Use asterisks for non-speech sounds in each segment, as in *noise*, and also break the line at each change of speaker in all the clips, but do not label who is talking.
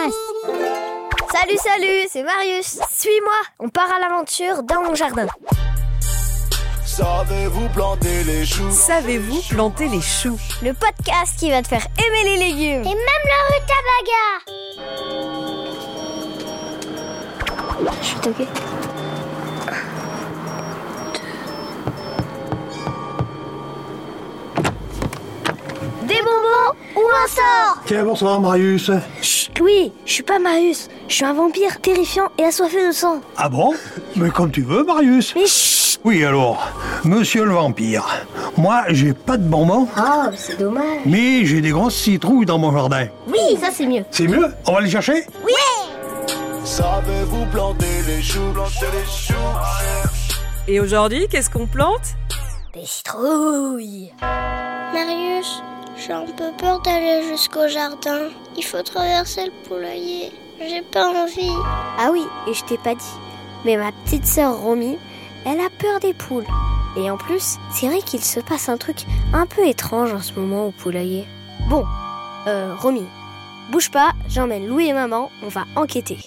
Philisecast
Salut, salut, c'est Marius. Suis-moi, on part à l'aventure dans mon jardin.
Savez-vous planter les choux
Savez-vous planter les choux
Le podcast qui va te faire aimer les légumes.
Et même la rutabaga
Je suis toquée. Des bonbons ou un sort
Tiens, bonsoir Marius.
Chut, Louis, je suis pas Marius. Je suis un vampire terrifiant et assoiffé de sang.
Ah bon Mais comme tu veux, Marius.
Mais chut
Oui, alors, monsieur le vampire, moi, j'ai pas de bonbons,
Oh, c'est dommage.
mais j'ai des grosses citrouilles dans mon jardin.
Oui, ça c'est mieux.
C'est mieux On va les chercher
Oui
Savez-vous planter les choux Planter les choux
Et aujourd'hui, qu'est-ce qu'on plante
Des citrouilles.
Marius, j'ai un peu peur d'aller jusqu'au jardin. Il faut traverser le poulailler. J'ai pas envie.
Ah oui, et je t'ai pas dit. Mais ma petite sœur Romy, elle a peur des poules. Et en plus, c'est vrai qu'il se passe un truc un peu étrange en ce moment au poulailler. Bon, euh, Romy, bouge pas, j'emmène Louis et maman, on va enquêter.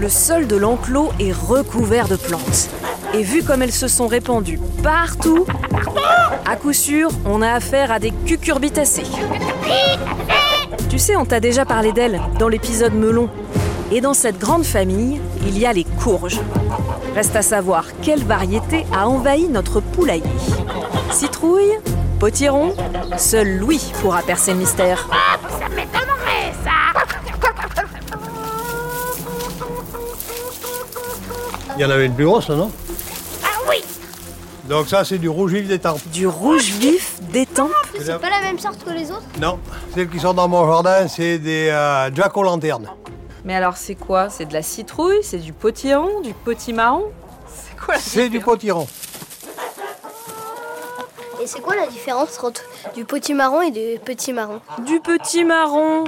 Le sol de l'enclos est recouvert de plantes. Et vu comme elles se sont répandues partout, à coup sûr, on a affaire à des cucurbitacées. Tu sais, on t'a déjà parlé d'elles dans l'épisode Melon. Et dans cette grande famille, il y a les courges. Reste à savoir quelle variété a envahi notre poulailler. Citrouille Potiron Seul Louis pourra percer le mystère.
Il y en avait une plus grosse, non
Ah oui
Donc ça, c'est du rougif des tempes.
Du rouge vif d'étampes
C'est
Pas la même sorte que les autres
Non, celles qui sont dans mon jardin, c'est des euh, jack-o'-lanternes.
Mais alors c'est quoi C'est de la citrouille C'est du potiron Du potimarron C'est quoi la
C'est du
différence
potiron.
Et c'est quoi la différence entre du petit marron et du petit marron
Du petit marron.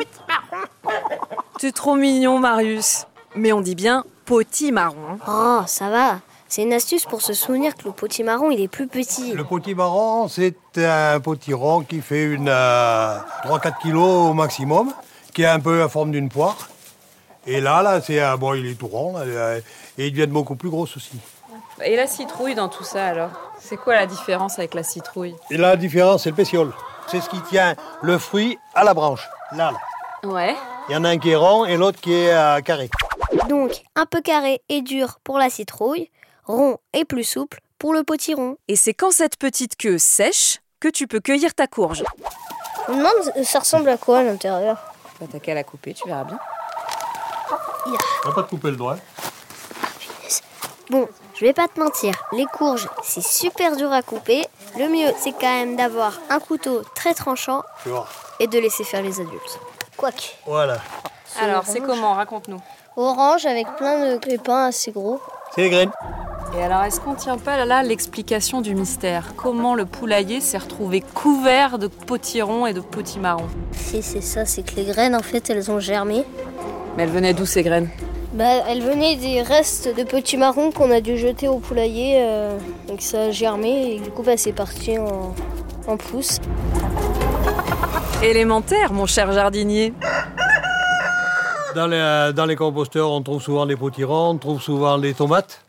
T'es trop mignon, Marius. Mais on dit bien petit marron.
Oh, ça va. C'est une astuce pour se souvenir que le petit marron, il est plus petit.
Le potimarron, c'est un potiron qui fait une euh, 3-4 kilos au maximum, qui a un peu la forme d'une poire. Et là, là, c'est euh, bon, il est tout rond, là, euh, et il devient beaucoup plus gros aussi.
hein.
Et la citrouille dans tout ça alors C'est quoi la différence avec la citrouille
Et là, la différence, c'est le pétiole. C'est ce qui tient le fruit à la branche. Là, là.
Ouais.
Il y en a un qui est rond et l'autre qui est euh, carré.
Donc, un peu carré et dur pour la citrouille, rond et plus souple pour le potiron.
Et c'est quand cette petite queue sèche que tu peux cueillir ta courge.
On me demande euh, ça ressemble à quoi à l'intérieur
Bah, T'as qu'à la couper, tu verras bien.
On va pas te couper le doigt.
Bon, je vais pas te mentir, les courges, c'est super dur à couper. Le mieux, c'est quand même d'avoir un couteau très tranchant
Tu vois.
et de laisser faire les adultes. Quoique.
Voilà.
Alors c'est comment Raconte-nous.
Orange avec plein de pépins assez gros.
C'est les graines.
Et alors est-ce qu'on tient pas là l'explication du mystère Comment le poulailler s'est retrouvé couvert de potirons et de potimarrons
Si c'est ça, c'est que les graines, en fait, elles ont germé.
Mais elles venaient d'où ces graines
Bah, elles venaient des restes de petits marrons qu'on a dû jeter au poulailler, euh, et que ça a germé, et du coup, bah, c'est parti en, en pousses.
Élémentaire, mon cher jardinier.
Dans les, euh, dans les composteurs, on trouve souvent les potirons, on trouve souvent les tomates.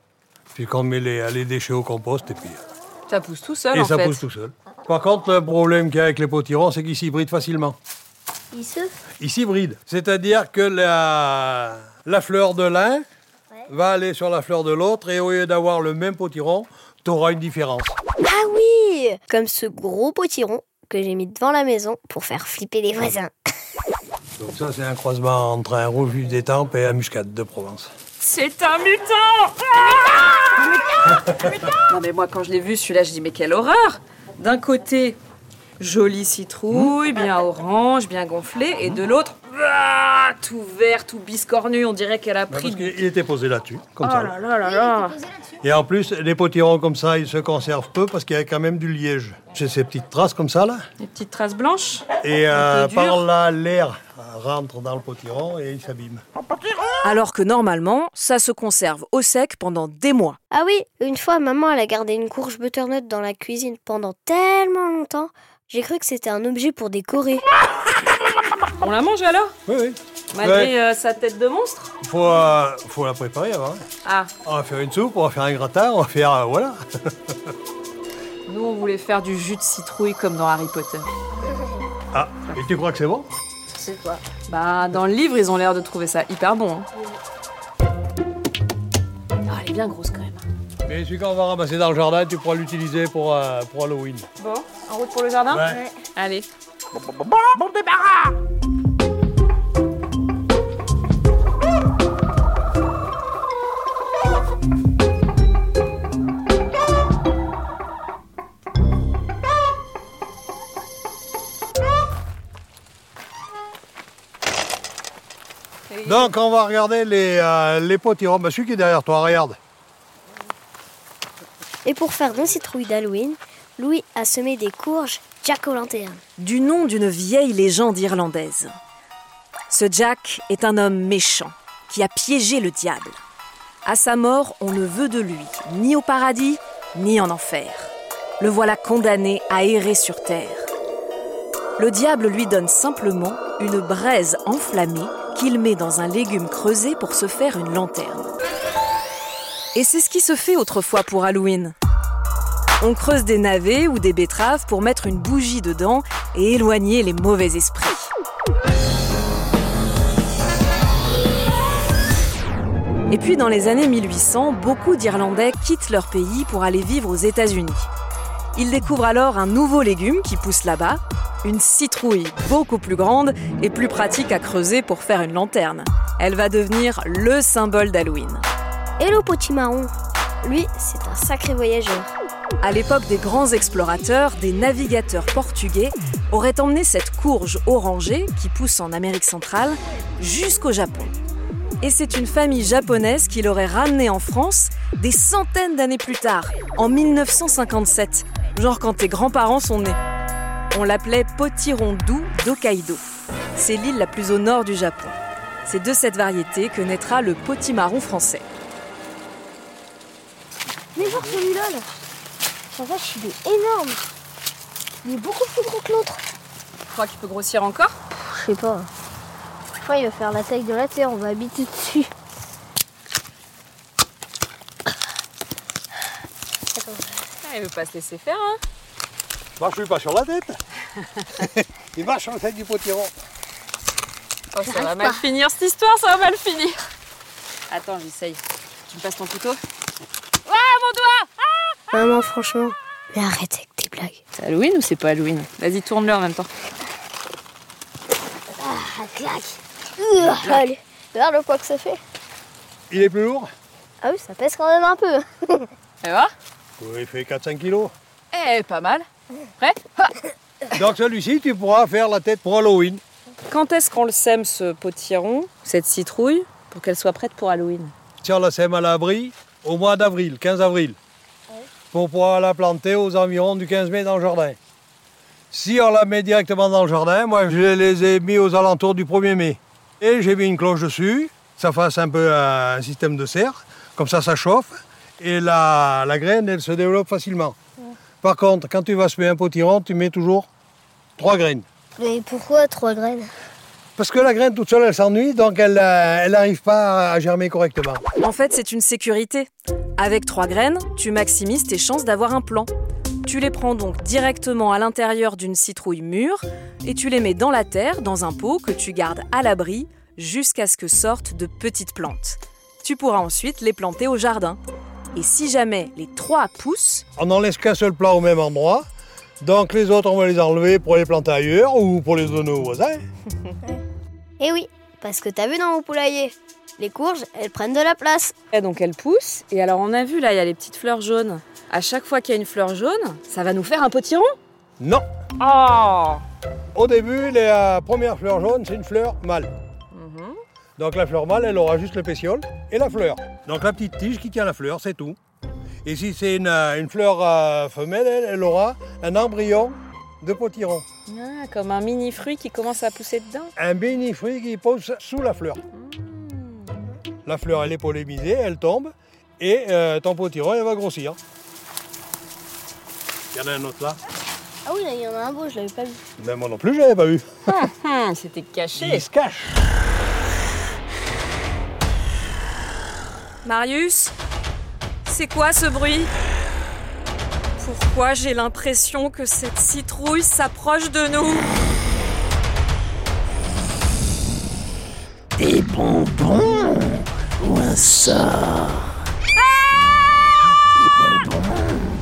Puis qu'on met les, les déchets au compost et puis. euh,
Ça pousse tout seul
et
en
ça
fait.
pousse tout seul. Par contre, le problème qu'il y a avec les potirons, c'est qu'ils s'hybrident facilement.
Ils se
Ils s'hybrident. C'est-à-dire que la, la fleur de l'un va aller sur la fleur de l'autre et au lieu d'avoir le même potiron, tu auras une différence.
Ah oui Comme ce gros potiron que j'ai mis devant la maison pour faire flipper les voisins.
Donc ça, c'est un croisement entre un rouge vif d'étampes et un muscade de Provence. Bah,
C'est un mutant Ah Non mais moi quand je l'ai vu celui-là je dis mais quelle horreur D'un côté jolie citrouille, bien orange, bien gonflée et de l'autre
Ah, tout vert, tout biscornu, on dirait qu'elle a
Bah,
pris.
Parce
du-
qu'il était posé là-dessus, comme
Oh
ça.
là là là là
Et en plus, les potirons comme ça, ils se conservent peu parce qu'il y a quand même du liège. J'ai ces petites traces comme ça, là.
Des petites traces blanches
Et euh,
dur.
par là, l'air rentre dans le potiron et il s'abîme.
Alors que normalement, ça se conserve au sec pendant des mois.
Ah oui, une fois, maman, elle a gardé une courge butternut dans la cuisine pendant tellement longtemps, j'ai cru que c'était un objet pour décorer.
On la mange alors
Oui, oui.
Malgré euh, sa tête de monstre
Il faut, euh, faut la préparer avant. hein.
Ah,
On va faire une soupe, on va faire un gratin, on va faire... euh, voilà.
nous on voulait faire du jus de citrouille comme dans Harry Potter.
Ah, et tu crois que c'est bon
Bah, dans le livre, ils ont l'air de trouver ça hyper bon. hein. Ah, elle est bien grosse quand même.
Mais celui qu'on va ramasser dans le jardin, tu pourras l'utiliser pour, euh, pour Halloween.
Bon, en route pour le jardin
Ouais.
Allez.
Donc, on va regarder les, euh, les potirons. Bah, celui qui est derrière toi, regarde.
Et pour faire nos citrouilles d'Halloween, Louis a semé des courges jack-o'-lanterne.
Du nom d'une vieille légende irlandaise. Ce Jack est un homme méchant qui a piégé le diable. À sa mort, on ne veut de lui, ni au paradis, ni en enfer. Le voilà condamné à errer sur terre. Le diable lui donne simplement une braise enflammée qu'il met dans un légume creusé pour se faire une lanterne. Et c'est ce qui se fait autrefois pour Halloween. On creuse des navets ou des betteraves pour mettre une bougie dedans et éloigner les mauvais esprits. Et puis dans les années 1800, beaucoup d'Irlandais quittent leur pays pour aller vivre aux États-Unis. Ils découvrent alors un nouveau légume qui pousse là-bas, une citrouille beaucoup plus grande et plus pratique à creuser pour faire une lanterne. Elle va devenir le symbole d'Halloween.
Hello, Potimarron Lui, c'est un sacré voyageur.
À l'époque des grands explorateurs, des navigateurs portugais auraient emmené cette courge orangée qui pousse en Amérique centrale jusqu'au Japon. Et c'est une famille japonaise qui l'aurait ramenée en France des centaines d'années plus tard, en 1957, genre quand tes grands-parents sont nés. On l'appelait potiron doux d'Hokkaido. C'est l'île la plus au nord du Japon. C'est de cette variété que naîtra le potimarron français.
Mais voir celui-là, là Sa vache, il est énorme Il est beaucoup plus gros que l'autre
Je crois qu'il peut grossir encore
Je sais pas. Je crois qu'il va faire la taille de la terre, on va habiter dessus.
Ah, il veut pas se laisser faire, hein
Marche lui pas sur la tête. *laughs* il marche sur la tête du potiron.
Oh, ça va mal finir cette histoire, ça va mal finir. Attends, j'essaye. Tu me passes ton couteau
Maman, franchement, mais arrête avec tes blagues.
C'est Halloween ou c'est pas Halloween Vas-y, tourne-le en même temps.
Ah, claque Allez, regarde quoi que ça fait.
Il est plus lourd
Ah oui, ça pèse quand même un peu.
Ça va
Oui, il fait 4-5 kilos.
Eh, pas mal. Prêt Ah
Donc celui-ci, tu pourras faire la tête pour Halloween.
Quand est-ce qu'on le sème, ce potiron, cette citrouille, pour qu'elle soit prête pour Halloween
Si on la sème à l'abri, au mois d'avril, 15 avril, pour pouvoir la planter aux environs du 15 mai dans le jardin. Si on la met directement dans le jardin, moi je les ai mis aux alentours du 1er mai. Et j'ai mis une cloche dessus, ça fasse un peu un système de serre, comme ça ça chauffe, et la, la graine elle se développe facilement. Par contre, quand tu vas semer un potiron, tu mets toujours trois graines.
Mais pourquoi trois graines
Parce que la graine toute seule elle s'ennuie, donc elle euh, elle n'arrive pas à germer correctement.
En fait, c'est une sécurité. Avec trois graines, tu maximises tes chances d'avoir un plan. Tu les prends donc directement à l'intérieur d'une citrouille mûre et tu les mets dans la terre, dans un pot que tu gardes à l'abri jusqu'à ce que sortent de petites plantes. Tu pourras ensuite les planter au jardin. Et si jamais les trois poussent,
On n'en laisse qu'un seul plat au même endroit. Donc les autres, on va les enlever pour les planter ailleurs ou pour les donner aux voisins.
Eh oui, parce que t'as vu dans mon poulailler, les courges, elles prennent de la place.
Et donc elle pousse, et alors on a vu là, il y a les petites fleurs jaunes. À chaque fois qu'il y a une fleur jaune, ça va nous faire un potiron
Non,
Oh
Au début, euh, la première fleur jaune, c'est une fleur mâle. Donc la fleur mâle, elle aura juste le pétiole et la fleur. Donc la petite tige qui tient la fleur, c'est tout. Et si c'est une, euh, une fleur euh, femelle, elle, elle aura un embryon de potiron.
Ah, comme un mini fruit qui commence à pousser dedans.
Un bénifruit qui pose sous la fleur. Mm. La fleur, elle est polémisée, elle tombe, et euh, ton potiron, elle va grossir. Il y en a un autre là
Ah oui, là, il y en a un beau, je l'avais pas vu.
Mais Moi non plus, je l'avais pas vu.
Hum, c'était caché.
Il se cache
Marius, c'est quoi ce bruit Pourquoi j'ai l'impression que cette citrouille s'approche de nous
Des bonbons ou un sort Des bonbons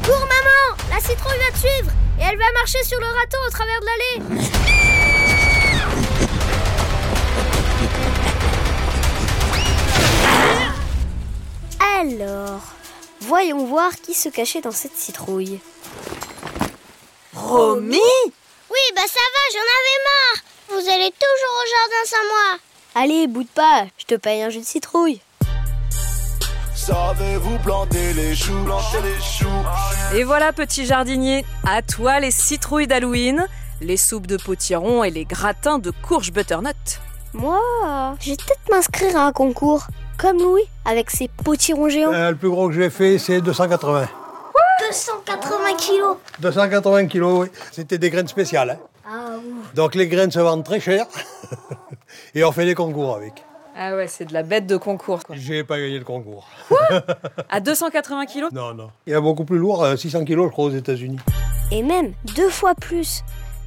Cours, maman La citrouille va te suivre Et elle va marcher sur le râteau au travers de l'allée Alors, voyons voir qui se cachait dans cette citrouille.
Romy
Oui, bah ça va, j'en avais marre. Vous allez toujours au jardin sans moi.
Allez, bout de pas, je te paye un jus de citrouille.
Savez-vous planter les choux, planter les choux
Et voilà, petit jardinier, à toi les citrouilles d'Halloween, les soupes de potiron et les gratins de courge butternut.
Moi, je vais peut-être m'inscrire à un concours, comme Louis, avec ses potirons géants.
Euh, Le plus gros que j'ai fait, c'est 280.
280 kilos.
280 kilos, oui. C'était des graines spéciales. hein. Donc les graines se vendent très cher *laughs* et on fait des concours avec.
Ah ouais, c'est de la bête de concours. Quoi.
J'ai pas gagné le concours.
À 280 kilos
Non, non. Il y a beaucoup plus lourd, euh, 600 kilos, je crois, aux États-Unis.
Et même deux fois plus.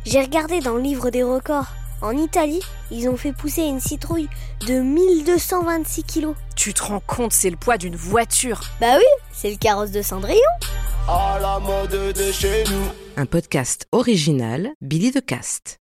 J'ai regardé dans le livre des records. En Italie, ils ont fait pousser une citrouille de 1226 kilos.
Tu te rends compte, c'est le poids d'une voiture.
Bah oui, c'est le carrosse de Cendrillon.
À la mode de chez nous
Un podcast original Billy de Cast.